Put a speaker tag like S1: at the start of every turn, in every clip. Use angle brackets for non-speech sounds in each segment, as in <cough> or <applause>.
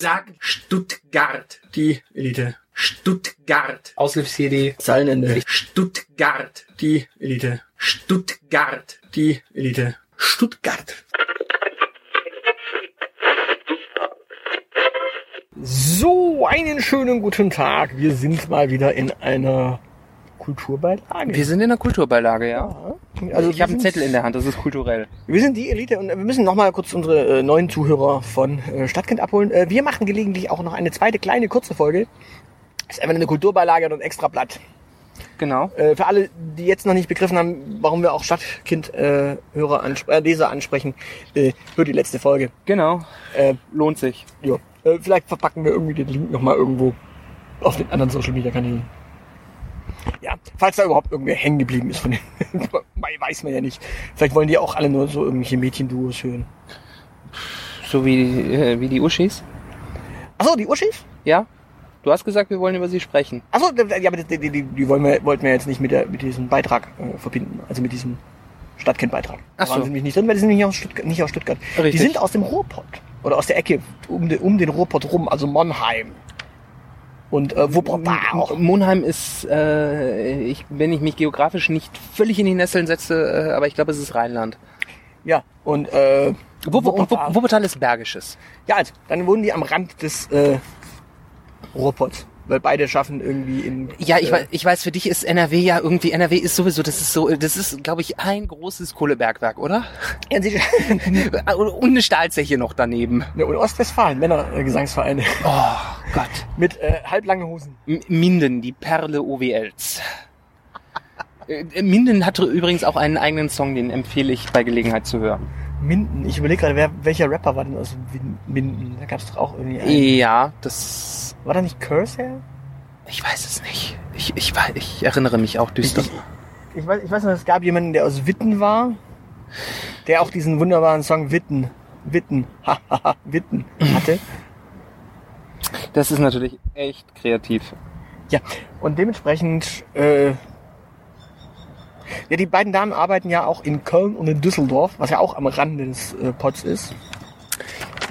S1: Sag Stuttgart.
S2: Die Elite.
S1: Stuttgart.
S3: Auslöfs-CD.
S2: Zeilenende.
S1: Stuttgart.
S2: Die Elite.
S1: Stuttgart.
S2: Die Elite. Stuttgart.
S3: So, einen schönen guten Tag. Wir sind mal wieder in einer Kulturbeilage.
S4: Wir sind in der Kulturbeilage, ja. Also ich
S3: wir
S4: habe einen
S3: sind-
S4: Zettel in der Hand, das ist kulturell.
S3: Wir sind die Elite und wir müssen nochmal kurz unsere äh, neuen Zuhörer von äh, Stadtkind abholen. Äh, wir machen gelegentlich auch noch eine zweite kleine kurze Folge. Ist einfach eine Kulturbeilage und ein extra Blatt.
S4: Genau.
S3: Äh, für alle, die jetzt noch nicht begriffen haben, warum wir auch Stadtkind-Hörer, äh, Hörer ansp äh, Leser ansprechen, äh, hört die letzte Folge.
S4: Genau.
S3: Äh,
S4: Lohnt sich.
S3: ja. äh, vielleicht verpacken wir irgendwie den Link nochmal irgendwo auf den anderen Social-Media-Kanälen. Ja, falls da überhaupt irgendwer hängen geblieben ist von den, <laughs> weiß man ja nicht. Vielleicht wollen die auch alle nur so irgendwelche Mädchenduos hören.
S4: So wie, die- äh, wie die Uschis.
S3: Achso, die Uschis?
S4: Ja? Du hast gesagt, wir wollen über sie sprechen.
S3: Achso, ja, aber die, die, die, die wollen wir, wollten wir jetzt nicht mit, der, mit diesem Beitrag äh, verbinden, also mit diesem Stadtkind-Beitrag. Da
S4: Ach so.
S3: waren sie nämlich nicht drin, weil die sind nicht aus Stuttgart. Nicht aus Stuttgart. Die
S4: Richtig.
S3: sind aus dem Ruhrpott oder aus der Ecke um, de, um den Ruhrpott rum, also Monheim und äh, Wuppertal auch.
S4: Monheim ist, äh, ich, wenn ich mich geografisch nicht völlig in die Nesseln setze, äh, aber ich glaube, es ist Rheinland.
S3: Ja, und äh,
S4: Wupp und Wupp Wuppertal ist Bergisches.
S3: Ja, also, dann wohnen die am Rand des äh, Ruhrpotts, weil beide schaffen irgendwie in...
S4: Ja, ich,
S3: äh,
S4: wei- ich weiß, für dich ist NRW ja irgendwie, NRW ist sowieso, das ist so, das ist, glaube ich, ein großes Kohlebergwerk, oder?
S3: Ja, sicher.
S4: <laughs> Und eine Stahlzeche noch daneben.
S3: Ja, ne, und Ostwestfalen, Männergesangsvereine, <laughs>
S4: Oh Gott.
S3: mit äh, halblangen Hosen.
S4: M- Minden, die Perle OWLs. Äh, Minden hatte übrigens auch einen eigenen Song, den empfehle ich bei Gelegenheit zu hören.
S3: Minden. Ich überlege gerade, wer, welcher Rapper war denn aus Win- Minden? Da gab's doch auch irgendwie
S4: Eh.
S3: einen.
S4: Ja, das.
S3: War da nicht Cursor?
S4: Ich weiß es nicht. Ich, ich, wei- ich erinnere mich auch düster.
S3: Ich- Ich weiß, ich weiß noch, es gab jemanden, der aus Witten war, der auch diesen wunderbaren Song Witten, Witten, <laughs> hahaha, Witten hatte.
S4: Das ist natürlich echt kreativ.
S3: Ja, und dementsprechend, äh, ja, die beiden Damen arbeiten ja auch in Köln und in Düsseldorf, was ja auch am Rande des äh, Pots ist.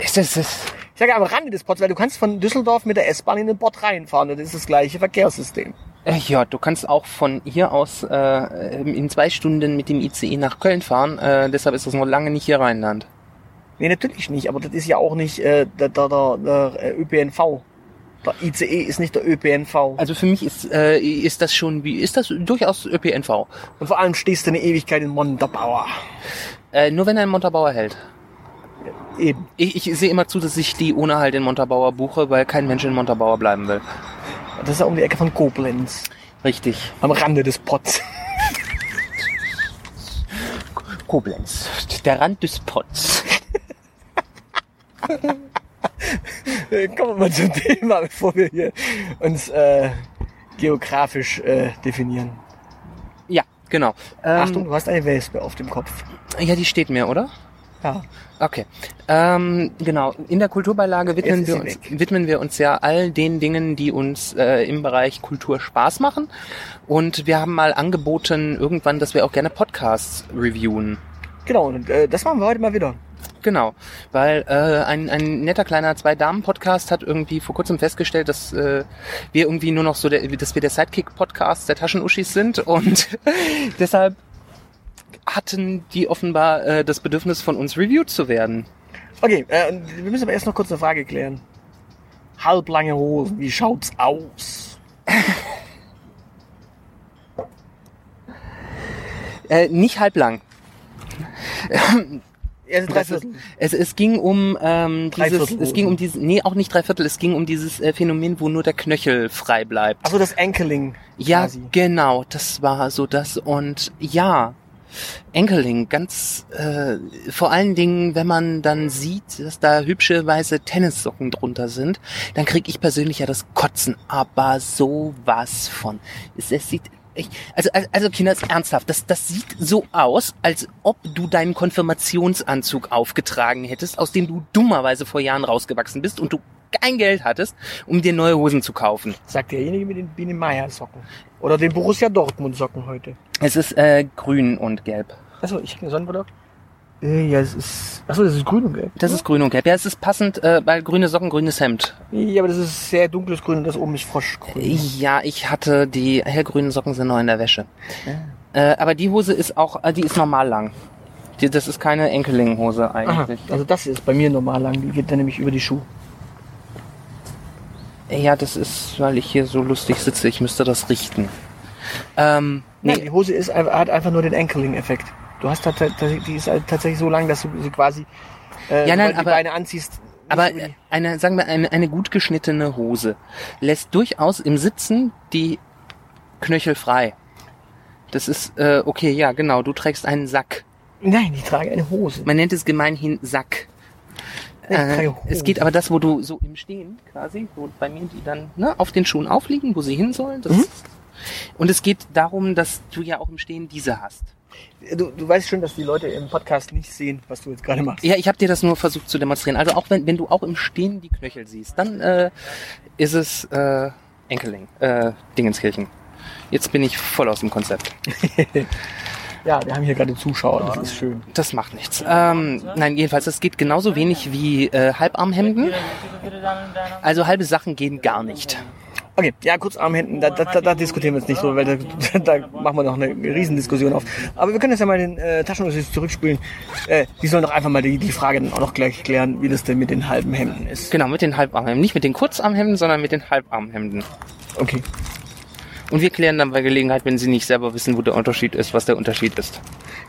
S4: Ist das, ist,
S3: Ich sage am Rande des Pots, weil du kannst von Düsseldorf mit der S-Bahn in den Pott reinfahren und das ist das gleiche Verkehrssystem.
S4: äh, ja, du kannst auch von hier aus äh, in zwei Stunden mit dem ICE nach Köln fahren. Äh, deshalb ist das noch lange nicht hier Rheinland.
S3: Nee, natürlich nicht, aber das ist ja auch nicht äh, der, der, der, der äh, ÖPNV. Der ICE ist nicht der ÖPNV.
S4: Also für mich ist, äh, ist das schon wie ist das durchaus ÖPNV.
S3: Und vor allem stehst du eine Ewigkeit in Montabaur.
S4: Äh, nur wenn er in Montabaur hält.
S3: Eben.
S4: Ich, ich sehe immer zu, dass ich die ohne halt in Montabaur buche, weil kein Mensch in Montabaur bleiben will.
S3: Das ist ja um die Ecke von Koblenz.
S4: Richtig.
S3: Am Rande des Pots.
S4: Koblenz. Der Rand des Pots.
S3: Äh, Kommen wir mal zum <laughs> Thema, bevor wir hier uns äh, geografisch äh, definieren.
S4: Ja, genau. Ähm,
S3: Achtung, du hast eine Wespe auf dem Kopf.
S4: Ja, die steht mir, oder?
S3: Ja.
S4: Okay. Ähm, genau. In der Kulturbeilage widmen
S3: Jetzt ist
S4: wir,
S3: sie
S4: uns, widmen wir uns ja all den Dingen, die uns äh, im Bereich Kultur Spaß machen. Und wir haben mal angeboten irgendwann, dass wir auch gerne Podcasts reviewen.
S3: Genau, und äh, das machen wir heute mal wieder.
S4: Genau, weil äh, ein, ein netter kleiner Zwei-Damen-Podcast hat irgendwie vor kurzem festgestellt, dass äh, wir irgendwie nur noch so, der, dass wir der Sidekick-Podcast der Taschenuschis sind und <laughs> deshalb hatten die offenbar äh, das Bedürfnis von uns reviewed zu werden.
S3: Okay, äh, und wir müssen aber erst noch kurz eine Frage klären. Halblange Hosen, wie schaut's aus?
S4: Äh, nicht halblang.
S3: Erst
S4: Das ist, es, es ging um ähm, dieses,
S3: Dreiviertelhosen.
S4: es ging um dieses, nee, auch nicht Dreiviertel, es ging um dieses äh, Phänomen, wo nur der Knöchel frei bleibt.
S3: Achso, das Ankeling.
S4: Ja,
S3: quasi.
S4: genau, das war so das und ja, Enkeling, ganz äh, vor allen Dingen, wenn man dann sieht, dass da hübsche weiße Tennissocken drunter sind, dann krieg ich persönlich ja das Kotzen, aber sowas von. Es, es sieht echt, also, also also Kinder, ist ernsthaft, das das sieht so aus, als ob du deinen Konfirmationsanzug aufgetragen hättest, aus dem du dummerweise vor Jahren rausgewachsen bist und du kein Geld hattest, um dir neue Hosen zu kaufen.
S3: Sagt derjenige mit den Biene Meier Socken. Oder den Borussia Dortmund Socken heute.
S4: Es ist äh, grün und gelb.
S3: Achso, ich hab eine Sonnenbrille. Äh, ja, das ist. Achso, das ist grün und gelb.
S4: Das ist grün und gelb. Ja, es ist passend, äh, weil grüne Socken, grünes Hemd.
S3: Ja, aber das ist sehr dunkles Grün und das oben ist Froschgrün.
S4: Ja, ich hatte die hellgrünen Socken sind noch in der Wäsche. Äh, aber die Hose ist auch, äh, die ist normal lang. Die, das ist keine Enkelinghose
S3: Aha,
S4: eigentlich.
S3: also das ist bei mir normal lang. Die geht dann nämlich über die Schuhe.
S4: Ja, das ist, weil ich hier so lustig sitze. Ich müsste das richten. Ähm,
S3: Nee,
S4: nee,
S3: die Hose ist, einfach- hat einfach nur den Anchoring-Effekt. Du hast tats- tats- die ist halt tatsächlich so lang, dass du sie quasi äh,
S4: Ja, nein,
S3: sobald du die
S4: aber-
S3: Beine anziehst. nicht
S4: aber äh,
S3: über die-
S4: eine, sagen wir, eine, eine gut geschnittene Hose lässt durchaus im Sitzen die Knöchel frei. Das ist, äh, okay, ja, genau. Du trägst einen Sack.
S3: nein, ich trage eine Hose.
S4: Man nennt es gemeinhin Sack. Äh,
S3: trage Hose.
S4: es geht aber das, wo du so im Stehen quasi, wo bei mir die dann ne, auf den Schuhen aufliegen, wo sie hin sollen. Das Und es geht darum, dass du ja auch im Stehen diese hast.
S3: Du, du weißt schon, dass die Leute im Podcast nicht sehen, was du jetzt gerade machst.
S4: Ja, ich habe dir das nur versucht zu demonstrieren. Also auch wenn, wenn du auch im Stehen die Knöchel siehst, dann äh, ist es äh, Enkeling, äh, Dingenskirchen. Jetzt bin ich voll aus dem Konzept.
S3: Ja, wir haben hier gerade Zuschauer, das ist schön.
S4: Das macht nichts. Ähm, nein, jedenfalls, das geht genauso wenig wie äh, Halbarmhemden. Also halbe Sachen gehen gar nicht.
S3: Okay, ja, kurz Armhänden, da, da, da, da diskutieren wir jetzt nicht so, weil da, <laughs> da machen wir noch eine Riesendiskussion auf. Aber wir können jetzt ja mal den äh, Taschenunterschied zurückspielen. Äh, die sollen doch einfach mal die, die Frage dann auch noch gleich klären, wie das denn mit den halben Hemden ist.
S4: Genau, mit den Halbarmhemden. Nicht mit den Kurzarmhemden, sondern mit den Halbarmhemden.
S3: Okay.
S4: Und wir klären dann bei Gelegenheit, wenn Sie nicht selber wissen, wo der Unterschied ist, was der Unterschied ist.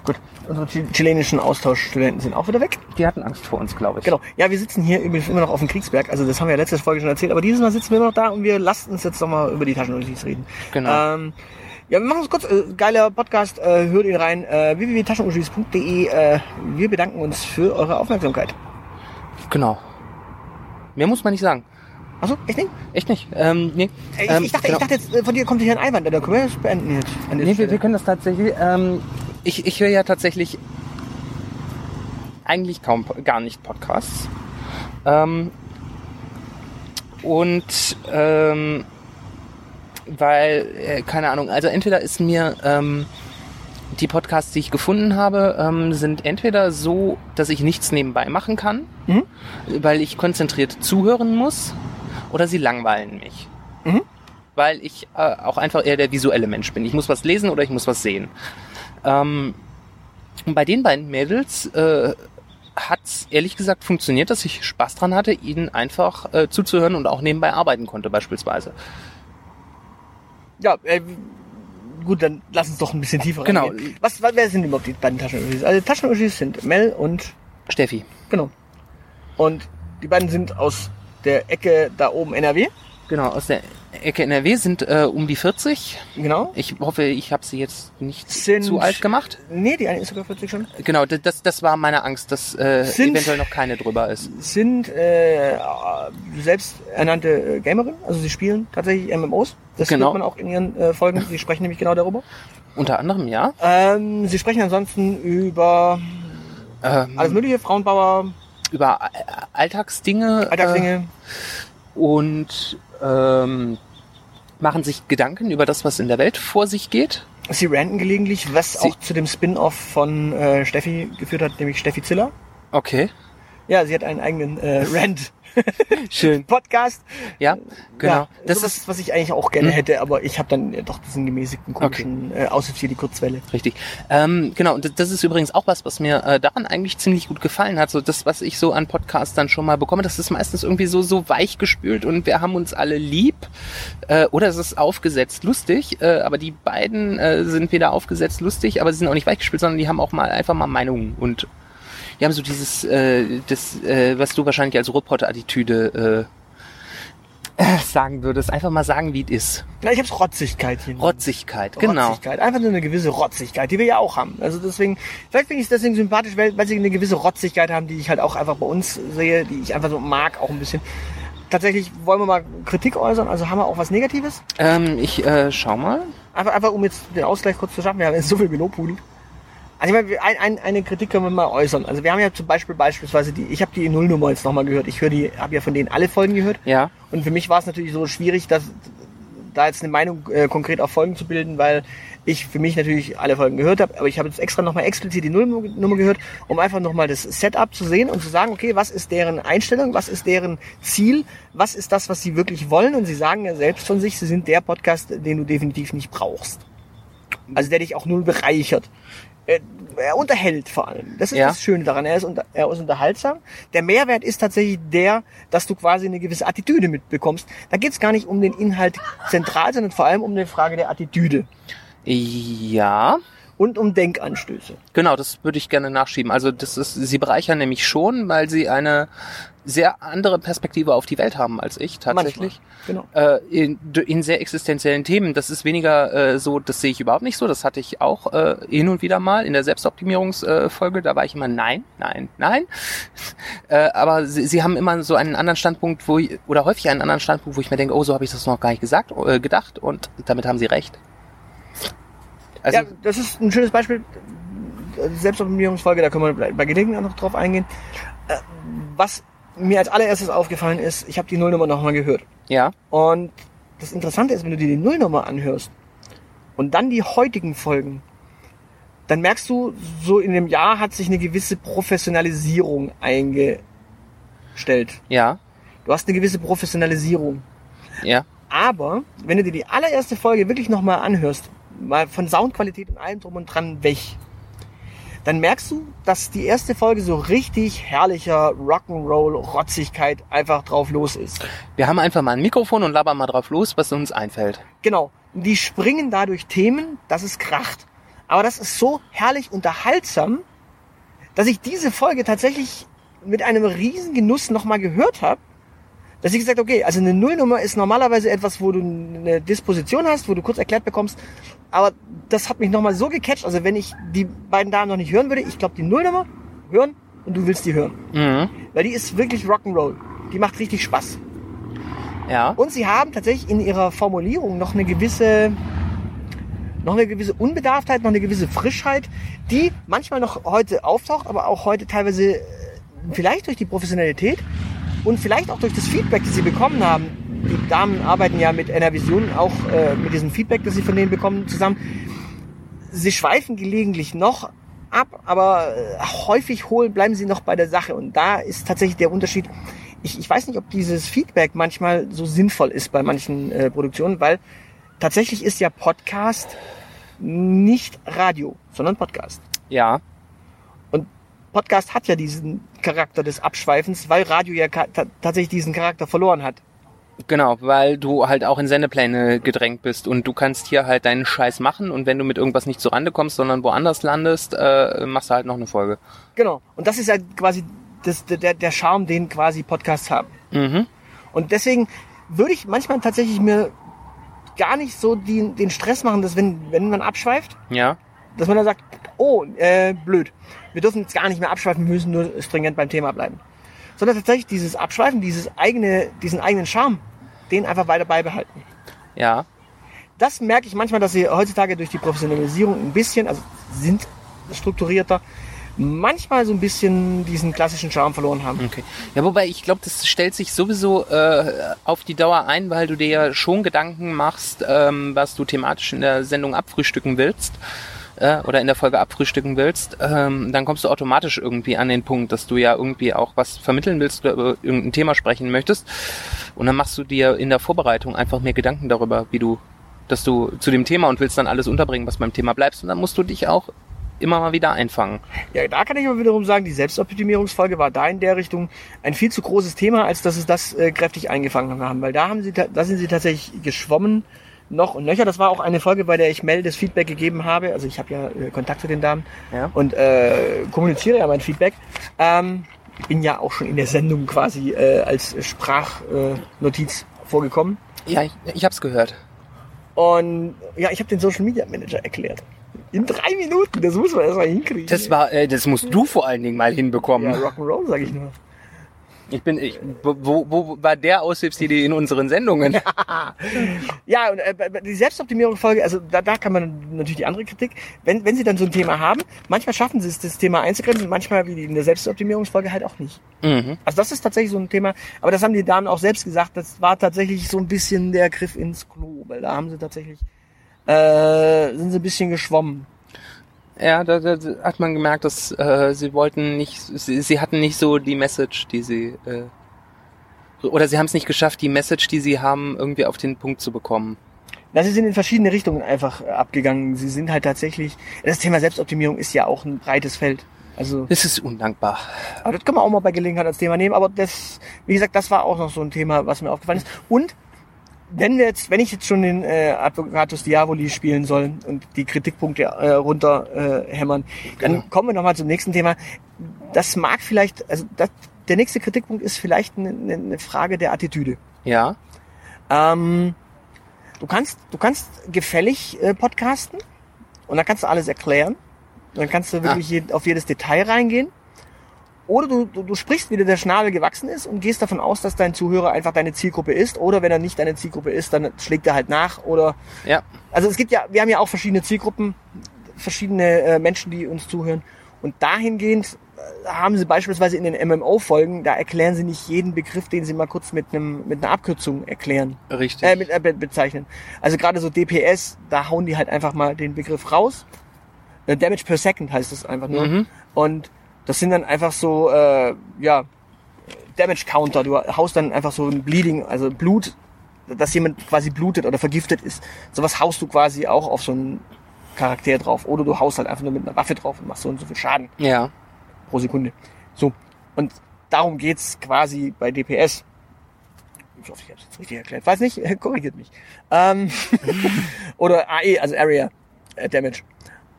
S3: Gut, unsere chi- chilenischen Austauschstudenten sind auch wieder weg.
S4: Die hatten Angst vor uns, glaube ich.
S3: Genau. Ja, wir sitzen hier übrigens immer noch auf dem Kriegsberg. Also das haben wir ja letzte Folge schon erzählt, aber dieses Mal sitzen wir immer noch da und wir lassen uns jetzt nochmal über die Taschenunterrichts reden.
S4: Genau.
S3: Ähm, ja, wir machen es kurz. Äh, geiler Podcast, äh, hört ihn rein. Äh, www.taschenunterrichts.de. Äh, wir bedanken uns für eure Aufmerksamkeit.
S4: Genau. Mehr muss man nicht sagen.
S3: Achso, echt nicht?
S4: Echt nicht. Ähm, nee.
S3: Äh, Ich,
S4: Ähm,
S3: ich, dachte,
S4: genau.
S3: ich dachte jetzt, äh, von dir kommt hier ein Einwand. Da können wir das beenden jetzt. an der
S4: Nee, wir,
S3: Stelle.
S4: wir können das tatsächlich. Ähm, ich, ich höre ja tatsächlich eigentlich kaum gar nicht Podcasts. Ähm, und ähm, weil, äh, keine Ahnung, also entweder ist mir ähm, die Podcasts, die ich gefunden habe, ähm, sind entweder so, dass ich nichts nebenbei machen kann,
S3: Mhm.
S4: weil ich konzentriert zuhören muss, oder sie langweilen mich weil ich äh, auch einfach eher der visuelle Mensch bin. Ich muss was lesen oder ich muss was sehen. Ähm, und bei den beiden Mädels äh, hat es ehrlich gesagt funktioniert, dass ich Spaß dran hatte, ihnen einfach äh, zuzuhören und auch nebenbei arbeiten konnte beispielsweise.
S3: Ja, äh, gut, dann lass uns doch ein bisschen tiefer
S4: Genau.
S3: reingehen. Was, was, wer sind überhaupt die beiden Taschenunterrichts? Also Taschenunterrichts sind Mel und
S4: Steffi,
S3: Genau. Und die beiden sind aus der Ecke da oben NRW.
S4: genau, aus der Ecke NRW sind äh, um die 40.
S3: Genau.
S4: Ich hoffe, ich habe sie jetzt nicht
S3: Sind-
S4: zu alt gemacht.
S3: Nee, die eine ist sogar 40 schon.
S4: Genau, d- das, das war meine Angst, dass äh,
S3: Sind-
S4: eventuell noch keine drüber ist.
S3: Sind äh, selbsternannte äh, Gamerin. Also sie spielen tatsächlich MMOs. Das
S4: Genau.
S3: hört man auch in ihren äh, Folgen. Sie sprechen nämlich genau darüber.
S4: Unter anderem, ja.
S3: Ähm, sie sprechen ansonsten über
S4: Ähm,
S3: alles mögliche. Frauenbauer,
S4: über All- Alltagsdinge. äh,
S3: Alltagsdinge.
S4: und ähm, machen sich Gedanken über das, was in der Welt vor sich geht.
S3: Sie ranten gelegentlich, was
S4: Sie-
S3: auch zu dem Spin-off von äh, Steffi geführt hat, nämlich Steffi Ziller.
S4: Okay,
S3: Ja, sie hat einen
S4: <laughs>
S3: eigenen äh, Rant-Podcast.
S4: schön. Ja, genau.
S3: Ja,
S4: das
S3: sowas,
S4: ist Hm?
S3: was ich eigentlich auch gerne hätte, aber ich habe dann äh, doch diesen gemäßigten komischen äh, Aussicht hier die Kurzwelle.
S4: richtig. Ähm, genau, und das ist übrigens auch was, was mir äh, daran eigentlich ziemlich gut gefallen hat. So das, was ich so an Podcasts dann schon mal bekomme, das ist meistens irgendwie so so weich gespült und wir haben uns alle lieb. Äh, oder es ist aufgesetzt lustig, äh, aber die beiden äh, sind weder aufgesetzt lustig, aber sie sind auch nicht weich gespült, sondern die haben auch mal einfach mal Meinungen und die haben so dieses, äh, das, äh, was du wahrscheinlich als Ruhrpott-Attitüde äh, äh, sagen würdest, einfach mal sagen, wie es ist.
S3: Na, ich hab's Rotzigkeit hier.
S4: Rotzigkeit, genau.
S3: Rotzigkeit. Einfach nur eine gewisse Rotzigkeit, die wir ja auch haben. Also deswegen, vielleicht finde ich es deswegen sympathisch, weil, weil sie eine gewisse Rotzigkeit haben, die ich halt auch einfach bei uns sehe, die ich einfach so mag, auch ein bisschen. Tatsächlich wollen wir mal Kritik äußern, also haben wir auch was Negatives.
S4: Ähm, ich äh, schau mal.
S3: Einfach, einfach um jetzt den Ausgleich kurz zu schaffen, wir haben jetzt so viel gelobhudelt. Also ich meine, wir- ein, ein, eine Kritik können wir mal äußern. Also wir haben ja zum Beispiel beispielsweise die, ich habe die Nullnummer jetzt nochmal gehört. Ich höre die, habe ja von denen alle Folgen gehört.
S4: Ja,
S3: Und für mich war es natürlich so schwierig, dass da jetzt eine Meinung äh, konkret auf Folgen zu bilden, weil ich für mich natürlich alle Folgen gehört habe, aber ich habe jetzt extra nochmal explizit die Nullnummer Nummer gehört, um einfach nochmal das Setup zu sehen und zu sagen, okay, was ist deren Einstellung, was ist deren Ziel, was ist das, was sie wirklich wollen und sie sagen ja selbst von sich, sie sind der Podcast, den du definitiv nicht brauchst. Also der dich auch null bereichert. Äh, Er unterhält vor allem. Das ist
S4: Ja.
S3: das Schöne daran. Er ist, unter, er ist unterhaltsam. Der Mehrwert ist tatsächlich der, dass du quasi eine gewisse Attitüde mitbekommst. Da geht es gar nicht um den Inhalt zentral, sondern vor allem um die Frage der Attitüde
S4: Ja,
S3: und um Denkanstöße.
S4: genau, das würde ich gerne nachschieben. Also das ist, sie bereichern nämlich schon, weil sie eine sehr andere Perspektive auf die Welt haben als ich tatsächlich.
S3: Manchmal. Genau.
S4: äh, in, in sehr existenziellen Themen. Das ist weniger äh, so, das sehe ich überhaupt nicht so. Das hatte ich auch äh, hin und wieder mal in der Selbstoptimierungsfolge. Äh, Folge. da war ich immer nein, nein, nein. <laughs> Äh, aber sie, sie haben immer so einen anderen Standpunkt, wo ich, oder häufig einen anderen Standpunkt, wo ich mir denke, oh, so habe ich das noch gar nicht gesagt, äh, gedacht. Und damit haben sie recht. Also,
S3: ja, das ist ein schönes Beispiel. Selbstoptimierungsfolge, da können wir bei Gelegenheit noch drauf eingehen. Äh, Was mir als allererstes aufgefallen ist, ich habe die Nullnummer nochmal gehört.
S4: ja,
S3: Und das Interessante ist, wenn du dir die Nullnummer anhörst und dann die heutigen Folgen, dann merkst du, so in dem Jahr hat sich eine gewisse Professionalisierung eingestellt.
S4: ja,
S3: Du hast eine gewisse Professionalisierung.
S4: ja,
S3: Aber wenn du dir die allererste Folge wirklich nochmal anhörst, mal von Soundqualität und allem drum und dran weg, dann merkst du, dass die erste Folge so richtig herrlicher Rock'n'Roll-Rotzigkeit einfach drauf los ist.
S4: Wir haben einfach mal ein Mikrofon und labern mal drauf los, was uns einfällt.
S3: Genau, die springen dadurch Themen, dass es kracht. Aber das ist so herrlich unterhaltsam, dass ich diese Folge tatsächlich mit einem riesen Genuss nochmal gehört habe, dass ich gesagt okay, also eine Nullnummer ist normalerweise etwas, wo du eine Disposition hast, wo du kurz erklärt bekommst, aber das hat mich nochmal so gecatcht, also wenn ich die beiden Damen noch nicht hören würde, ich glaube die Nullnummer hören und du willst die hören,
S4: Mhm.
S3: weil die ist wirklich Rock'n'Roll, die macht richtig Spaß.
S4: Ja,
S3: Und sie haben tatsächlich in ihrer Formulierung noch eine gewisse, noch eine gewisse Unbedarftheit, noch eine gewisse Frischheit, die manchmal noch heute auftaucht, aber auch heute teilweise äh, vielleicht durch die Professionalität und vielleicht auch durch das Feedback, das sie bekommen haben. Die Damen arbeiten ja mit Enervision auch äh, mit diesem Feedback, das sie von denen bekommen, zusammen. Sie schweifen gelegentlich noch ab, aber äh, häufig holen bleiben sie noch bei der Sache. Und da ist tatsächlich der Unterschied. Ich, ich weiß nicht, ob dieses Feedback manchmal so sinnvoll ist bei manchen äh, Produktionen, weil tatsächlich ist ja Podcast nicht Radio, sondern Podcast.
S4: ja,
S3: Podcast hat ja diesen Charakter des Abschweifens, weil Radio ja ka- ta tatsächlich diesen Charakter verloren hat.
S4: Genau, weil du halt auch in Sendepläne gedrängt bist und du kannst hier halt deinen Scheiß machen und wenn du mit irgendwas nicht zurande kommst, sondern woanders landest, äh, machst du halt noch eine Folge.
S3: Genau. Und das ist ja quasi das, der, der Charme, den quasi Podcasts haben.
S4: Mhm.
S3: Und deswegen würde ich manchmal tatsächlich mir gar nicht so die, den Stress machen, dass wenn, wenn man abschweift,
S4: Ja,
S3: dass man dann sagt, oh, äh, blöd, wir dürfen jetzt gar nicht mehr abschweifen, wir müssen nur stringent beim Thema bleiben. Sondern tatsächlich dieses Abschweifen, dieses eigene, diesen eigenen Charme, den einfach weiter beibehalten.
S4: ja,
S3: Das merke ich manchmal, dass sie heutzutage durch die Professionalisierung ein bisschen, also sind strukturierter, manchmal so ein bisschen diesen klassischen Charme verloren haben.
S4: okay. Ja, wobei ich glaube, das stellt sich sowieso äh, auf die Dauer ein, weil du dir ja schon Gedanken machst, ähm, was du thematisch in der Sendung abfrühstücken willst äh, oder in der Folge abfrühstücken willst, ähm, dann kommst du automatisch irgendwie an den Punkt, dass du ja irgendwie auch was vermitteln willst oder über irgendein Thema sprechen möchtest. Und dann machst du dir in der Vorbereitung einfach mehr Gedanken darüber, wie du, dass du zu dem Thema und willst dann alles unterbringen, was beim Thema bleibst. Und dann musst du dich auch immer mal wieder einfangen.
S3: Ja, da kann ich aber wiederum sagen, die Selbstoptimierungsfolge war da in der Richtung ein viel zu großes Thema, als dass es das äh, kräftig eingefangen haben, weil da haben sie, ta- da sind sie tatsächlich geschwommen noch und nöcher. Das war auch eine Folge, bei der ich Mel das Feedback gegeben habe. Also ich habe ja äh, Kontakt zu den Damen
S4: Ja.
S3: und äh, kommuniziere ja mein Feedback. Ähm, ich bin ja auch schon in der Sendung quasi äh, als Sprachnotiz äh, Notiz vorgekommen.
S4: Ja, ich, ich hab's gehört.
S3: Und ja, ich habe den Social Media Manager erklärt. In drei Minuten, das muss man erstmal hinkriegen.
S4: Das war, äh, das musst du vor allen Dingen mal hinbekommen.
S3: ja, Rock'n'Roll, sag ich nur.
S4: Ich bin, ich, wo, wo, wo war der Aushilfsidee in unseren Sendungen?
S3: Ja, und äh, bei- bei- die Selbstoptimierung-Folge, also da, da kann man natürlich die andere Kritik, wenn, wenn sie dann so ein Thema haben, manchmal schaffen sie es, das Thema einzugrenzen, manchmal wie die in der Selbstoptimierungsfolge halt auch nicht.
S4: Mhm.
S3: Also das ist tatsächlich so ein Thema, aber das haben die Damen auch selbst gesagt, das war tatsächlich so ein bisschen der Griff ins Klo, weil da haben sie tatsächlich, äh, sind sie ein bisschen geschwommen.
S4: Ja, da, da hat man gemerkt, dass äh, sie wollten nicht, sie, sie hatten nicht so die Message, die sie, äh, oder sie haben es nicht geschafft, die Message, die sie haben, irgendwie auf den Punkt zu bekommen.
S3: Na, sie sind in verschiedene Richtungen einfach äh, abgegangen. Sie sind halt tatsächlich, das Thema Selbstoptimierung ist ja auch ein breites Feld. Also
S4: Das ist undankbar.
S3: Aber das können wir auch mal bei Gelegenheit als Thema nehmen. Aber das, wie gesagt, das war auch noch so ein Thema, was mir aufgefallen ist. Und wenn wir jetzt, wenn ich jetzt schon den äh, Advocatus Diaboli spielen soll und die Kritikpunkte äh, runterhämmern, äh, hämmern, dann
S4: Genau.
S3: kommen wir nochmal zum nächsten Thema. Das mag vielleicht, also das, der nächste Kritikpunkt ist vielleicht eine, eine- eine Frage der Attitüde.
S4: Ja,
S3: Ähm, du kannst, du kannst gefällig äh, podcasten und dann kannst du alles erklären. Dann kannst du wirklich je, auf jedes Detail reingehen. Oder du, du, du sprichst, wie dir der Schnabel gewachsen ist und gehst davon aus, dass dein Zuhörer einfach deine Zielgruppe ist. Oder wenn er nicht deine Zielgruppe ist, dann schlägt er halt nach. Oder
S4: ja.
S3: also es gibt ja, wir haben ja auch verschiedene Zielgruppen, verschiedene äh, Menschen, die uns zuhören. Und dahingehend äh, haben sie beispielsweise in den MMO-Folgen, da erklären sie nicht jeden Begriff, den sie mal kurz mit, einem, mit einer Abkürzung erklären
S4: Richtig.
S3: äh, mit, äh, be- bezeichnen. Also gerade so DPS, da hauen die halt einfach mal den Begriff raus. Äh, Damage per Second heißt es einfach nur.
S4: Mhm.
S3: Und das sind dann einfach so, äh, ja, Damage Counter. Du haust dann einfach so ein Bleeding, also Blut, dass jemand quasi blutet oder vergiftet ist. Sowas haust du quasi auch auf so einen Charakter drauf. Oder du haust halt einfach nur mit einer Waffe drauf und machst so und so viel Schaden
S4: ja.
S3: pro Sekunde. So, und darum geht's quasi bei DPS. Ich hoffe, ich habe es jetzt richtig erklärt. Falls nicht, <laughs> korrigiert mich. Ähm, <laughs> oder AE, also Area äh, Damage.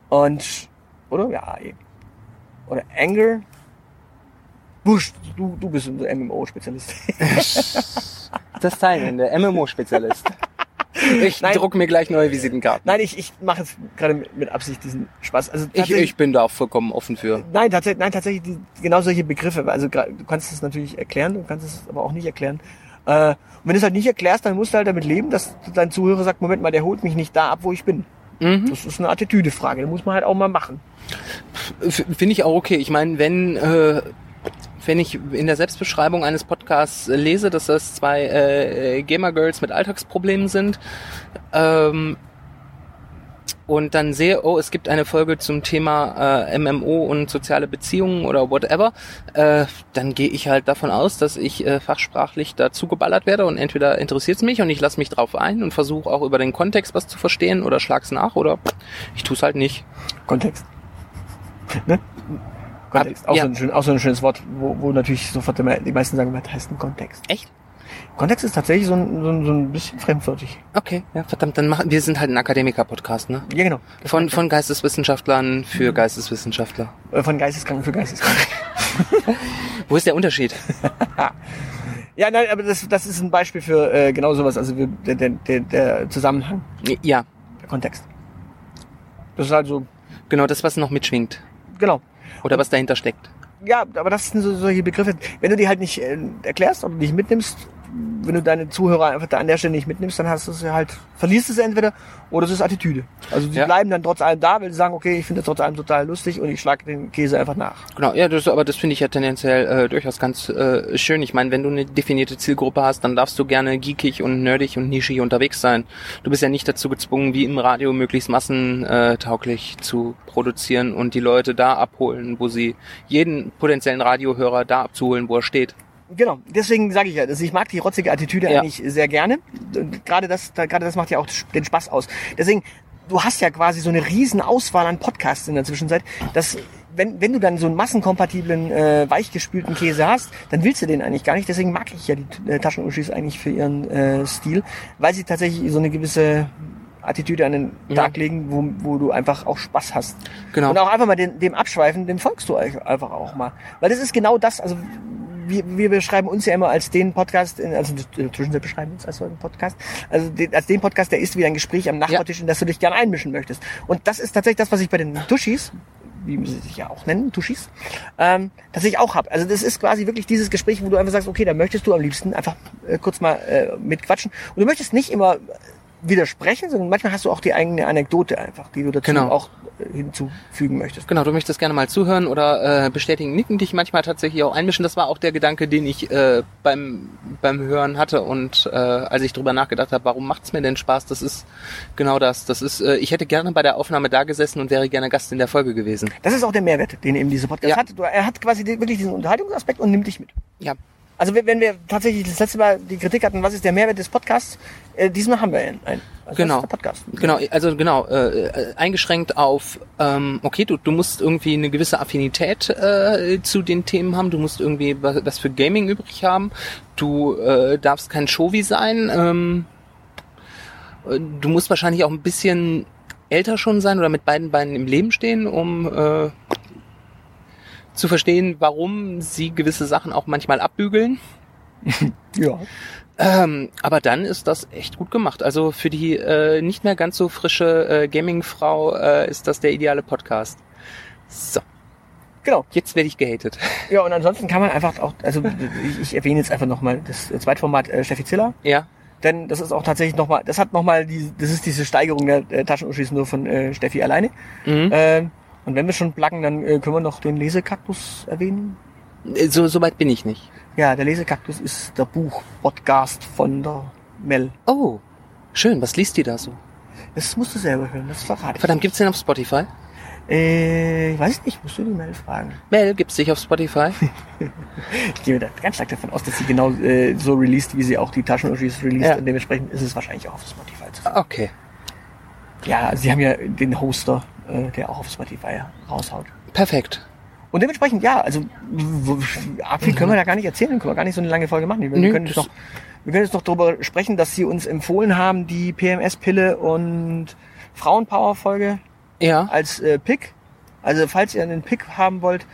S3: Und, oder? Ja, AE. Oder Anger. Wurscht, du, du bist unser MMO-Spezialist.
S4: <laughs> Das Teilen, der MMO-Spezialist. Ich
S3: Nein.
S4: druck mir gleich neue Visitenkarten.
S3: <laughs> Nein, ich, ich mache jetzt gerade mit, mit Absicht diesen Spaß. Also
S4: ich,
S3: tatsächlich-
S4: ich bin da auch vollkommen offen für.
S3: Nein, tatsächlich, nein, tatsächlich die, genau solche Begriffe. Also gra- du kannst es natürlich erklären, du kannst es aber auch nicht erklären. Äh, und wenn du es halt nicht erklärst, dann musst du halt damit leben, dass dein Zuhörer sagt, Moment mal, der holt mich nicht da ab, wo ich bin.
S4: Mhm.
S3: Das ist eine Attitüdefrage, die muss man halt auch mal machen.
S4: F- Finde ich auch okay. Ich meine, wenn, äh, wenn ich in der Selbstbeschreibung eines Podcasts äh, lese, dass das zwei äh, äh, Gamer-Girls mit Alltagsproblemen sind, ähm, und dann sehe, oh, es gibt eine Folge zum Thema äh, MMO und soziale Beziehungen oder whatever, äh, dann gehe ich halt davon aus, dass ich äh, fachsprachlich dazu geballert werde und entweder interessiert es mich und ich lasse mich drauf ein und versuche auch über den Kontext was zu verstehen oder schlag's nach oder ich tue es halt nicht.
S3: Kontext. Ne? Kontext, auch,
S4: ja.
S3: so ein schön, auch so ein schönes Wort, wo, wo natürlich sofort immer die meisten sagen, was heißt ein Kontext?
S4: Echt?
S3: Kontext ist tatsächlich so ein, so ein, so ein bisschen fremdwörtlich.
S4: Okay, ja, verdammt, dann machen wir sind halt ein Akademiker-Podcast, ne?
S3: Ja, genau.
S4: Von, von Geisteswissenschaftlern für Geisteswissenschaftler.
S3: Äh, Von Geisteskranken für Geisteskranken.
S4: Wo ist der Unterschied?
S3: Ja, nein, aber das, das ist ein Beispiel für äh, genau sowas. Also wir, der, der, der, der Zusammenhang,
S4: Ja,
S3: der Kontext. Das ist halt so,
S4: genau das, was noch mitschwingt.
S3: genau.
S4: Oder was dahinter steckt.
S3: Ja, aber das sind so, solche Begriffe. Wenn du die halt nicht äh, erklärst oder nicht mitnimmst, wenn du deine Zuhörer einfach da an der Stelle nicht mitnimmst, dann hast du es ja halt, verlierst es entweder oder es ist Attitüde. Also die
S4: Ja.
S3: bleiben dann trotz allem da, weil sie sagen, okay, ich finde das trotz allem total lustig und ich schlage den Käse einfach nach.
S4: Genau, ja, das, aber das finde ich ja tendenziell äh, durchaus ganz äh, schön. Ich meine, wenn du eine definierte Zielgruppe hast, dann darfst du gerne geekig und nerdig und nischig unterwegs sein. Du bist ja nicht dazu gezwungen, wie im Radio möglichst massentauglich zu produzieren und die Leute da abholen, wo sie jeden potenziellen Radiohörer da abzuholen, wo er steht.
S3: Genau, deswegen sage ich ja, also ich mag die rotzige Attitüde
S4: Ja.
S3: eigentlich sehr gerne. Und Gerade das, da- gerade das macht ja auch den Spaß aus. Deswegen, du hast ja quasi so eine riesen Auswahl an Podcasts in der Zwischenzeit, dass wenn, wenn du dann so einen massenkompatiblen, äh, weichgespülten Käse hast, dann willst du den eigentlich gar nicht. Deswegen mag ich ja die äh, Taschenuschis eigentlich für ihren äh, Stil, weil sie tatsächlich so eine gewisse Attitüde an den
S4: Ja.
S3: Tag legen, wo, wo du einfach auch Spaß hast.
S4: Mhm. Genau.
S3: Und auch einfach mal den, dem Abschweifen, dem folgst du euch einfach auch mal. Weil das ist genau das, also wir, wir beschreiben uns ja immer als den Podcast, in, also in der Zwischenzeit beschreiben wir uns als so einen Podcast, also den, als den Podcast, der ist wie ein Gespräch am Nachbartisch, in das du dich gerne einmischen möchtest. Und das ist tatsächlich das, was ich bei den Tuschis wie sie sich ja auch nennen, Tuschis, ähm, das ich auch habe. Also das ist quasi wirklich dieses Gespräch, wo du einfach sagst, okay, da möchtest du am liebsten einfach äh, kurz mal äh, mitquatschen. Und du möchtest nicht immer äh, widersprechen, sondern manchmal hast du auch die eigene Anekdote einfach, die du dazu
S4: Genau.
S3: auch äh, hinzufügen möchtest.
S4: Genau, du möchtest gerne mal zuhören oder äh, bestätigen, nicken dich manchmal tatsächlich auch einmischen. Das war auch der Gedanke, den ich äh, beim, beim Hören hatte und äh, als ich drüber nachgedacht habe, warum macht's mir denn Spaß? Das ist genau das. Das ist, äh, ich hätte gerne bei der Aufnahme da gesessen und wäre gerne Gast in der Folge gewesen.
S3: Das ist auch der Mehrwert, den eben dieser Podcast
S4: Ja.
S3: hat. Du- Er hat quasi die- wirklich diesen Unterhaltungsaspekt und nimmt dich mit.
S4: Ja,
S3: Also wenn wenn wir tatsächlich das letzte Mal die Kritik hatten, was ist der Mehrwert des Podcasts, äh, diesmal haben wir einen. einen. Also
S4: Genau.
S3: Das ist der Podcast.
S4: Genau, also genau, äh, äh, eingeschränkt auf, ähm, okay, du, du musst irgendwie eine gewisse Affinität äh, zu den Themen haben, du musst irgendwie was, was für Gaming übrig haben, du äh, darfst kein Shovi sein, ähm, äh, du musst wahrscheinlich auch ein bisschen älter schon sein oder mit beiden Beinen im Leben stehen, um äh, zu verstehen, warum sie gewisse Sachen auch manchmal abbügeln.
S3: Ja.
S4: Ähm, aber dann ist das echt gut gemacht. Also für die äh, nicht mehr ganz so frische äh, Gaming-Frau äh, ist das der ideale Podcast. So,
S3: Genau.
S4: jetzt werde ich gehatet. <laughs>
S3: Ja, und ansonsten kann man einfach auch, also ich, ich erwähne jetzt einfach nochmal das Zweitformat äh, Steffi Ziller,
S4: Ja,
S3: denn das ist auch tatsächlich nochmal, das hat nochmal, die, das ist diese Steigerung der äh, Taschenuschis nur von äh, Steffi alleine.
S4: mhm.
S3: Ähm, und wenn wir schon pluggen, dann äh, können wir noch den Lesekaktus erwähnen.
S4: so, so weit bin ich nicht.
S3: Ja, der Lesekaktus ist der Buch-Podcast von der Mel.
S4: Oh, schön, was liest die da so?
S3: Das musst du selber hören, das verrate ich.
S4: Verdammt, gibt's den auf Spotify?
S3: Äh, ich weiß nicht, musst du die Mel fragen.
S4: Mel, gibt's dich auf
S3: <laughs>
S4: Spotify?
S3: Ich gehe da ganz stark davon aus, dass sie genau äh, so released, wie sie auch die Taschenuschis released.
S4: Ja.
S3: Und dementsprechend ist es wahrscheinlich auch auf Spotify zu finden.
S4: Okay,
S3: Ja, also sie haben ja den Hoster, äh, der auch auf Spotify raushaut.
S4: perfekt.
S3: Und dementsprechend, ja, also w- w- arg viel können wir da gar nicht erzählen, können wir gar nicht so eine lange Folge machen. Wir,
S4: Nö,
S3: können, jetzt
S4: das-
S3: noch, wir können jetzt noch darüber sprechen, dass sie uns empfohlen haben, die PMS-Pille und Frauenpower-Folge
S4: Ja,
S3: als äh, Pick. Also falls ihr einen Pick haben wollt,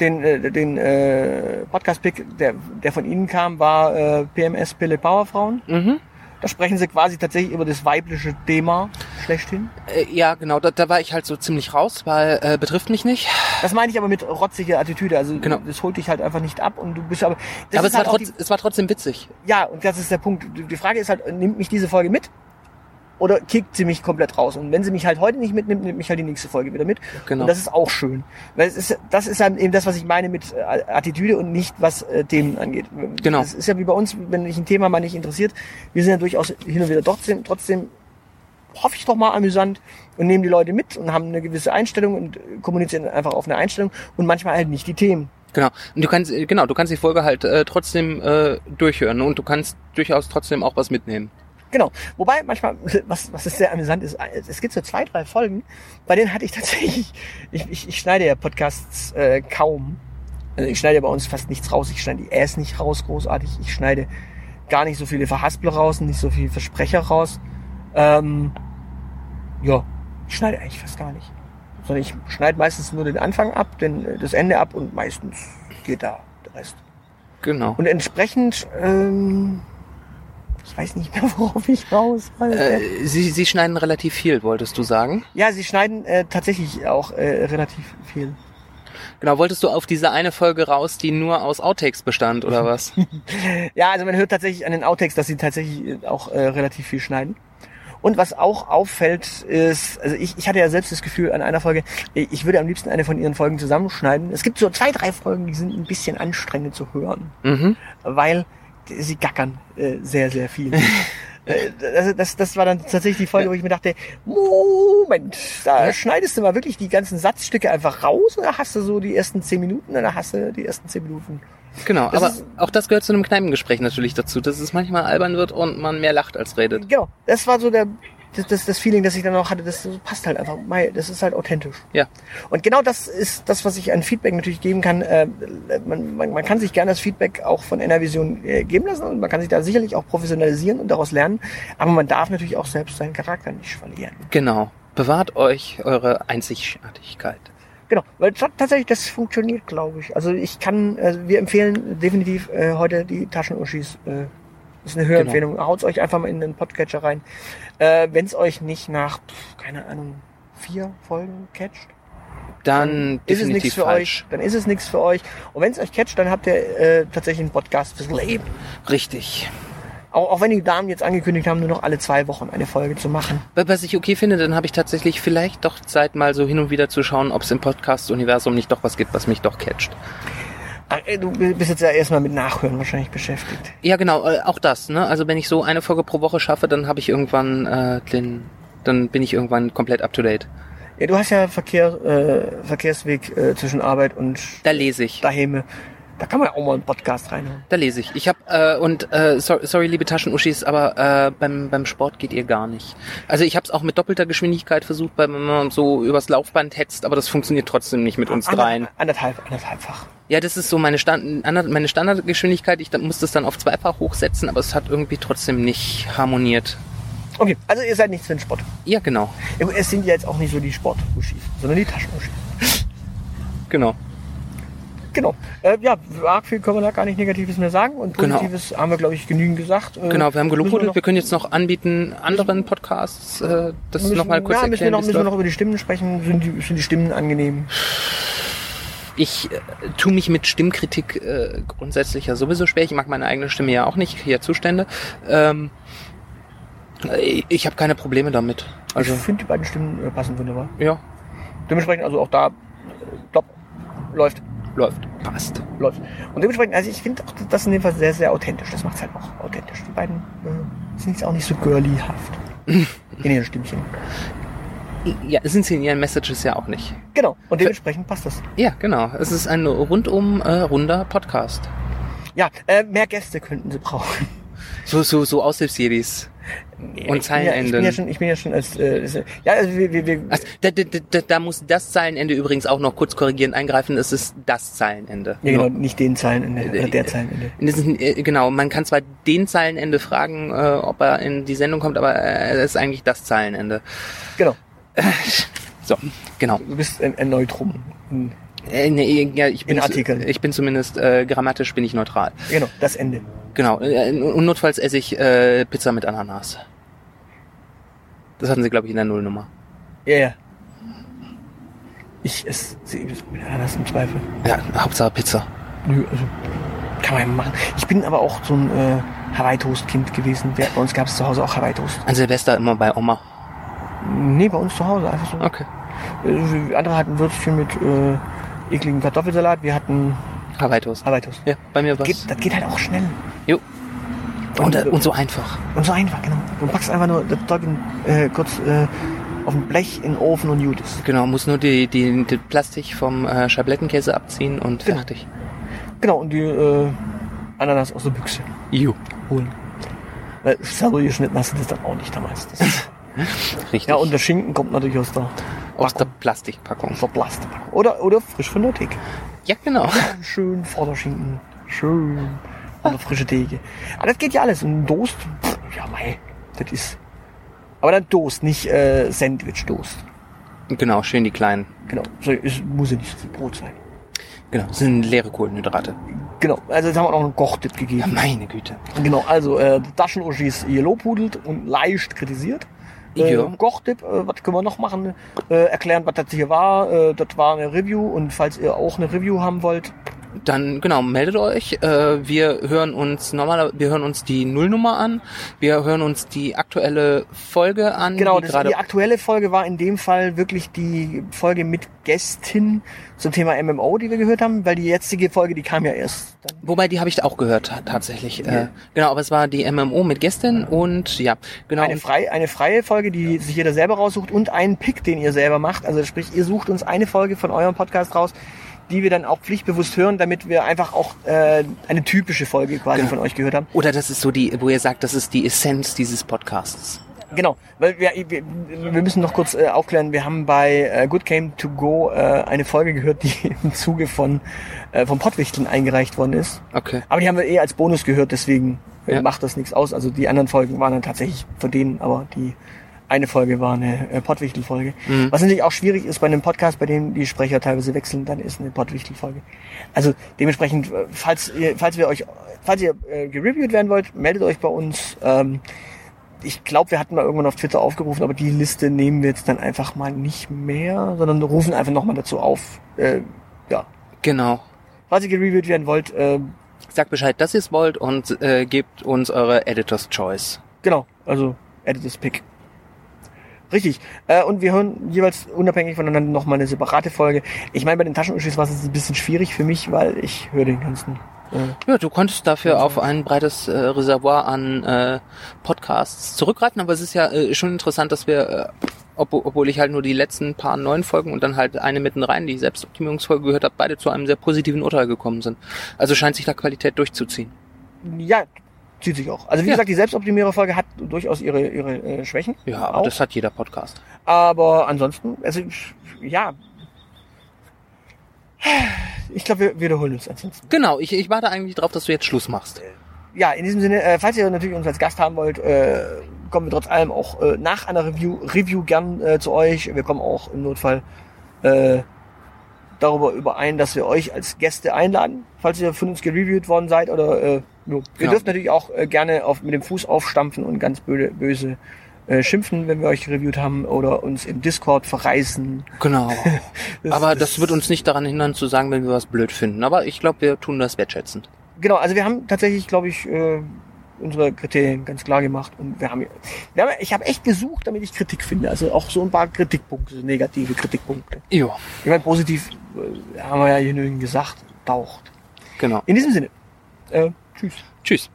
S3: den, äh, den äh, Podcast-Pick, der, der von Ihnen kam, war äh, PMS-Pille Powerfrauen.
S4: mhm.
S3: Da sprechen sie quasi tatsächlich über das weibliche Thema schlechthin.
S4: Äh, ja, genau, da, da war ich halt so ziemlich raus, weil äh, betrifft mich nicht.
S3: Das meine ich aber mit rotziger Attitüde. Also
S4: Genau.
S3: das holt dich halt einfach nicht ab und du bist aber. Das
S4: aber
S3: ist
S4: es war,
S3: halt auch
S4: trotz, es war trotzdem witzig.
S3: die, ja, und das ist der Punkt. Die die Frage ist halt, nimmt mich diese Folge mit? Oder kickt sie mich komplett raus? Und wenn sie mich halt heute nicht mitnimmt, nimmt mich halt die nächste Folge wieder mit.
S4: Genau.
S3: Und das ist auch schön. Weil es ist, das ist dann eben das, was ich meine mit äh, Attitüde und nicht, was äh, Themen angeht.
S4: Genau.
S3: Das ist ja wie bei uns, wenn dich ein Thema mal nicht interessiert. Wir sind ja durchaus hin und wieder trotzdem, trotzdem hoffe ich doch mal amüsant und nehmen die Leute mit und haben eine gewisse Einstellung und äh, kommunizieren einfach auf eine Einstellung und manchmal halt nicht die Themen.
S4: Genau. Und du kannst, genau, du kannst die Folge halt äh, trotzdem äh, durchhören und du kannst durchaus trotzdem auch was mitnehmen.
S3: Genau. Wobei manchmal, was, was ist sehr amüsant ist, es gibt so zwei, drei Folgen, bei denen hatte ich tatsächlich, ich, ich, ich schneide ja Podcasts äh, kaum. Also ich schneide ja bei uns fast nichts raus. Ich schneide die Äs nicht raus, großartig. Ich schneide gar nicht so viele Verhaspler raus, nicht so viele Versprecher raus. Ähm, ja, ich schneide eigentlich fast gar nicht. Sondern ich schneide meistens nur den Anfang ab, den, das Ende ab und meistens geht da der Rest.
S4: Genau.
S3: Und entsprechend, ähm, ich weiß nicht mehr, <laughs> worauf ich raus war.
S4: Äh, sie, sie schneiden relativ viel, wolltest du sagen.
S3: ja, sie schneiden äh, tatsächlich auch äh, relativ viel.
S4: Genau, wolltest du auf diese eine Folge raus, die nur aus Outtakes bestand, oder
S3: <laughs>
S4: was?
S3: Ja, also man hört tatsächlich an den Outtakes, dass sie tatsächlich äh, auch äh, relativ viel schneiden. Und was auch auffällt, ist, also ich, ich hatte ja selbst das Gefühl an einer Folge, ich ich würde am liebsten eine von ihren Folgen zusammenschneiden. Es gibt so zwei, drei Folgen, die sind ein bisschen anstrengend zu hören.
S4: mhm.
S3: weil d- sie gackern äh, sehr, sehr viel. Äh, Das, das, das war dann tatsächlich die Folge, wo ich mir dachte, Moment, da schneidest du mal wirklich die ganzen Satzstücke einfach raus und da hast du so die ersten zehn Minuten und da hast du die ersten zehn Minuten.
S4: Genau,
S3: Das
S4: aber
S3: ist-
S4: auch das gehört zu einem Kneipengespräch natürlich dazu, dass es manchmal albern wird und man mehr lacht als redet.
S3: Genau, das war so der, das, das, das Feeling, das ich dann auch hatte, das passt halt einfach, mei, das ist halt authentisch.
S4: Ja.
S3: Und genau das ist das, was ich an Feedback natürlich geben kann. Äh, man, man, man kann sich gerne das Feedback auch von NRVision äh, geben lassen und man kann sich da sicherlich auch professionalisieren und daraus lernen. Aber man darf natürlich auch selbst seinen Charakter nicht verlieren.
S4: Genau. Bewahrt euch eure Einzigartigkeit.
S3: Genau, weil ta- tatsächlich das funktioniert, glaube ich. Also ich kann, also wir empfehlen definitiv äh, heute die Taschenuschis. Äh, ist
S4: Genau.
S3: eine Hörempfehlung. Haut's euch einfach mal in den Podcatcher rein. Äh, Wenn es euch nicht nach, pf, keine Ahnung, vier Folgen catcht,
S4: dann
S3: ist es nichts
S4: definitiv
S3: für
S4: falsch.
S3: euch. Dann ist es nichts für euch. Und wenn es euch catcht, dann habt ihr äh, tatsächlich einen Podcast fürs Leben.
S4: Richtig.
S3: Auch, auch wenn die Damen jetzt angekündigt haben, nur noch alle zwei Wochen eine Folge zu machen.
S4: Weil was ich okay finde, dann habe ich tatsächlich vielleicht doch Zeit, mal so hin und wieder zu schauen, ob es im Podcast-Universum nicht doch was gibt, was mich doch catcht.
S3: Ach, äh, Du bist jetzt ja erstmal mit Nachhören wahrscheinlich beschäftigt.
S4: Ja, genau, äh, auch das, ne? Also wenn ich so eine Folge pro Woche schaffe, dann habe ich irgendwann äh, den, dann bin ich irgendwann komplett up to date.
S3: Ja, du hast ja Verkehr, äh, Verkehrsweg äh, zwischen Arbeit und
S4: Da lese ich.
S3: daheim. Da kann man ja auch mal einen Podcast reinhauen.
S4: Da lese ich. Ich habe äh, und äh, sorry, sorry, liebe Taschenuschis, aber äh, beim beim Sport geht ihr gar nicht. Also ich habe es auch mit doppelter Geschwindigkeit versucht, weil man so übers Laufband hetzt, aber das funktioniert trotzdem nicht mit uns
S3: Ander-
S4: dreien.
S3: Anderthalb, anderthalbfach.
S4: Ja, das ist so meine Stand ander- meine Standardgeschwindigkeit. Ich da- muss das dann auf zweifach hochsetzen, aber es hat irgendwie trotzdem nicht harmoniert.
S3: Okay, also ihr seid nichts für den Sport.
S4: Ja, genau,
S3: Ja, gut, Es sind ja jetzt auch nicht so die sport sondern die taschen
S4: genau.
S3: Genau. Äh, ja, arg viel können wir da gar nicht Negatives mehr sagen. Und
S4: Genau.
S3: Positives haben wir, glaube ich, genügend gesagt. Äh,
S4: Genau, wir haben
S3: müssen
S4: gelobhudelt.
S3: noch-
S4: Wir können jetzt noch anbieten, anderen Podcasts äh, das
S3: müssen-
S4: nochmal kurz
S3: ja, müssen wir
S4: erklären.
S3: noch,
S4: wie's
S3: müssen wir
S4: läuft.
S3: noch über die Stimmen sprechen. Sind die, sind die Stimmen angenehm?
S4: Ich äh, tue mich mit Stimmkritik äh, grundsätzlich ja sowieso schwer. Ich mag meine eigene Stimme ja auch nicht, hier Zustände. Ähm, äh, ich habe keine Probleme damit. Also,
S3: ich finde, die beiden Stimmen äh, passen wunderbar.
S4: ja,
S3: Dementsprechend, also auch da, äh, top, läuft,
S4: läuft. Passt.
S3: läuft. Und dementsprechend, also ich finde auch das in dem Fall sehr, sehr authentisch. Das macht es halt auch authentisch. Die beiden äh, sind jetzt auch nicht so girly-haft in ihren Stimmchen.
S4: Ja, sind sie in ihren Messages ja auch nicht.
S3: Genau. Und dementsprechend passt das.
S4: Ja, genau. Es ist ein rundum äh, runder Podcast.
S3: Ja, äh, mehr Gäste könnten sie brauchen.
S4: So, so, so Aushilfsjedis. Und
S3: Ich
S4: Zeilenenden.
S3: bin ja, ich bin ja schon, ich bin ja schon als, äh, als- ja, also wir, wir, wir
S4: Also, da, da, da, da muss das Zeilenende übrigens auch noch kurz korrigierend eingreifen. Es ist das Zeilenende.
S3: ja, genau, nicht den Zeilenende
S4: Äh,
S3: oder der
S4: äh,
S3: Zeilenende.
S4: Das ist, äh, genau, man kann zwar den Zeilenende fragen, äh, ob er in die Sendung kommt, aber äh, es ist eigentlich das Zeilenende.
S3: Genau.
S4: So, genau.
S3: Du bist ein, ein Neutrum. Ein-
S4: Äh, nee, ja, ich bin
S3: In Artikeln.
S4: Ich bin zumindest äh, grammatisch bin ich neutral.
S3: Genau, das Ende.
S4: Genau. äh, Und notfalls esse ich äh, Pizza mit Ananas. Das hatten sie, glaube ich, in der Nullnummer.
S3: Ja, ja. Ich esse sie mit Ananas im Zweifel.
S4: Ja, Hauptsache Pizza.
S3: Nö, also kann man ja machen. Ich bin aber auch so ein äh, Hawaii-Toast-Kind gewesen. Wir, bei uns gab es zu Hause auch Hawaii-Toast.
S4: An Silvester immer bei Oma.
S3: Nee, bei uns zu Hause einfach so.
S4: Okay.
S3: Äh, Andere hatten Würstchen mit äh, ekligem Kartoffelsalat. Wir hatten
S4: Hawaii-Toast.
S3: Hawaii-Toast.
S4: Ja, bei mir war's.
S3: Geht, das geht halt auch schnell.
S4: Jo. Und, äh,
S3: Und, äh,
S4: und so einfach.
S3: Und so einfach, genau. Du packst einfach nur das Zeug in, äh, kurz äh, auf ein Blech in den Ofen und gut ist.
S4: Genau, muss nur die, die, die Plastik vom äh, Schablettenkäse abziehen und
S3: Genau.
S4: fertig.
S3: Genau, und die äh, Ananas aus der Büchse
S4: Jo.
S3: holen. Weil Servo geschnitten hast du das dann auch nicht damals.
S4: <laughs>
S3: Das ist,
S4: Richtig.
S3: ja, und der Schinken kommt natürlich aus der,
S4: aus der Plastikpackung.
S3: aus der Plastikpackung. Oder, oder frisch von der Theke.
S4: Ja, genau.
S3: Schön Vorderschinken. Schön. Von der frische Theke. Aber das geht ja alles. Und ein Dost, pff, ja mei, das ist... Aber dann Dost, nicht äh, Sandwich-Dost.
S4: Genau, schön die kleinen.
S3: Genau, so, es muss ja nicht so viel Brot sein.
S4: Genau, das sind leere Kohlenhydrate.
S3: Genau, also jetzt haben wir noch einen Kochtipp
S4: Ja,
S3: gegeben.
S4: meine Güte.
S3: Genau, also äh, Taschenuschis ihr lobhudelt und leicht kritisiert. Äh,
S4: Ja.
S3: Kochtipp, äh, was können wir noch machen? Äh, erklären, was das hier war. Äh, das war eine Review und falls ihr auch eine Review haben wollt,
S4: Dann, genau, meldet euch. Äh, wir hören uns normal, wir hören uns die Nullnummer an. Wir hören uns die aktuelle Folge an.
S3: genau,
S4: die
S3: das,
S4: gerade.
S3: die aktuelle Folge war in dem Fall wirklich die Folge mit Gästin zum Thema MMO, die wir gehört haben, weil die jetzige Folge, die kam ja erst. Dann.
S4: Wobei, die habe ich auch gehört, ta- tatsächlich. Äh, genau, aber es war die MMO mit gestern und ja, genau.
S3: Eine,
S4: und-
S3: frei, eine freie Folge, die sich jeder selber raussucht und einen Pick, den ihr selber macht. Also sprich, ihr sucht uns eine Folge von eurem Podcast raus, die wir dann auch pflichtbewusst hören, damit wir einfach auch äh, eine typische Folge quasi
S4: Genau.
S3: von euch gehört haben.
S4: Oder das ist so die, wo ihr sagt, das ist die Essenz dieses Podcasts.
S3: Genau, weil wir, wir, wir müssen noch kurz äh, aufklären, wir haben bei äh, Good Game To Go äh, eine Folge gehört, die <laughs> im Zuge von äh, vom Pottwichteln eingereicht worden ist.
S4: Okay.
S3: Aber die haben wir eh als Bonus gehört, deswegen äh,
S4: Ja.
S3: macht das nichts aus. Also die anderen Folgen waren dann tatsächlich von denen, aber die eine Folge war eine äh, Pottwichtel-Folge. Was natürlich auch schwierig ist bei einem Podcast, bei dem die Sprecher teilweise wechseln, dann ist eine Pottwichtel-Folge. Also dementsprechend, äh, falls ihr, falls wir euch, falls ihr äh, gereviewt werden wollt, meldet euch bei uns. Ähm, ich glaube, wir hatten mal irgendwann auf Twitter aufgerufen, aber die Liste nehmen wir jetzt dann einfach mal nicht mehr, sondern rufen einfach nochmal dazu auf. Äh, ja.
S4: Genau.
S3: Falls ihr gereviewt werden wollt, äh,
S4: Sagt Bescheid, dass ihr es wollt und äh, gebt uns eure Editor's Choice.
S3: genau, also editors pick. Richtig. Äh, und wir hören jeweils unabhängig voneinander nochmal eine separate Folge. Ich meine, bei den Taschenuschis war es jetzt ein bisschen schwierig für mich, weil ich höre den ganzen. Äh,
S4: Ja, du konntest dafür auf ein breites äh, Reservoir an äh, Podcasts zurückgreifen, aber es ist ja äh, schon interessant, dass wir, äh, ob, obwohl ich halt nur die letzten paar neuen Folgen und dann halt eine mitten rein, die Selbstoptimierungsfolge gehört habe, beide zu einem sehr positiven Urteil gekommen sind. Also scheint sich da Qualität durchzuziehen.
S3: ja, zieht sich auch. Also wie
S4: Ja.
S3: gesagt, die Selbstoptimierer-Folge hat durchaus ihre, ihre äh, Schwächen.
S4: Ja, aber
S3: Auch.
S4: das hat jeder Podcast.
S3: Aber ansonsten, also ja. Ich glaube, wir wiederholen uns ansonsten.
S4: Genau, ich, ich warte eigentlich drauf, dass du jetzt Schluss machst.
S3: Ja, in diesem Sinne, äh, falls ihr natürlich uns als Gast haben wollt, äh, kommen wir trotz allem auch äh, nach einer Review, Review gern äh, zu euch. Wir kommen auch im Notfall äh, darüber überein, dass wir euch als Gäste einladen, falls ihr von uns gereviewt worden seid. Oder äh, jo. ihr
S4: Ja.
S3: dürft natürlich auch äh, gerne auf, mit dem Fuß aufstampfen und ganz böse, böse äh, schimpfen, wenn wir euch gereviewt haben oder uns im Discord verreißen.
S4: Genau.
S3: Das-
S4: aber das wird uns nicht daran hindern zu sagen, wenn wir was blöd finden. Aber ich glaube, wir tun das wertschätzend.
S3: Genau, also wir haben tatsächlich, glaube ich, äh, unsere Kriterien ganz klar gemacht und wir haben, wir haben ich habe echt gesucht, damit ich Kritik finde. Also auch so ein paar Kritikpunkte, so negative Kritikpunkte.
S4: Ja,
S3: Ich meine, positiv äh, haben wir ja genügend gesagt, taucht.
S4: genau.
S3: In diesem Sinne, äh, tschüss.
S4: Tschüss.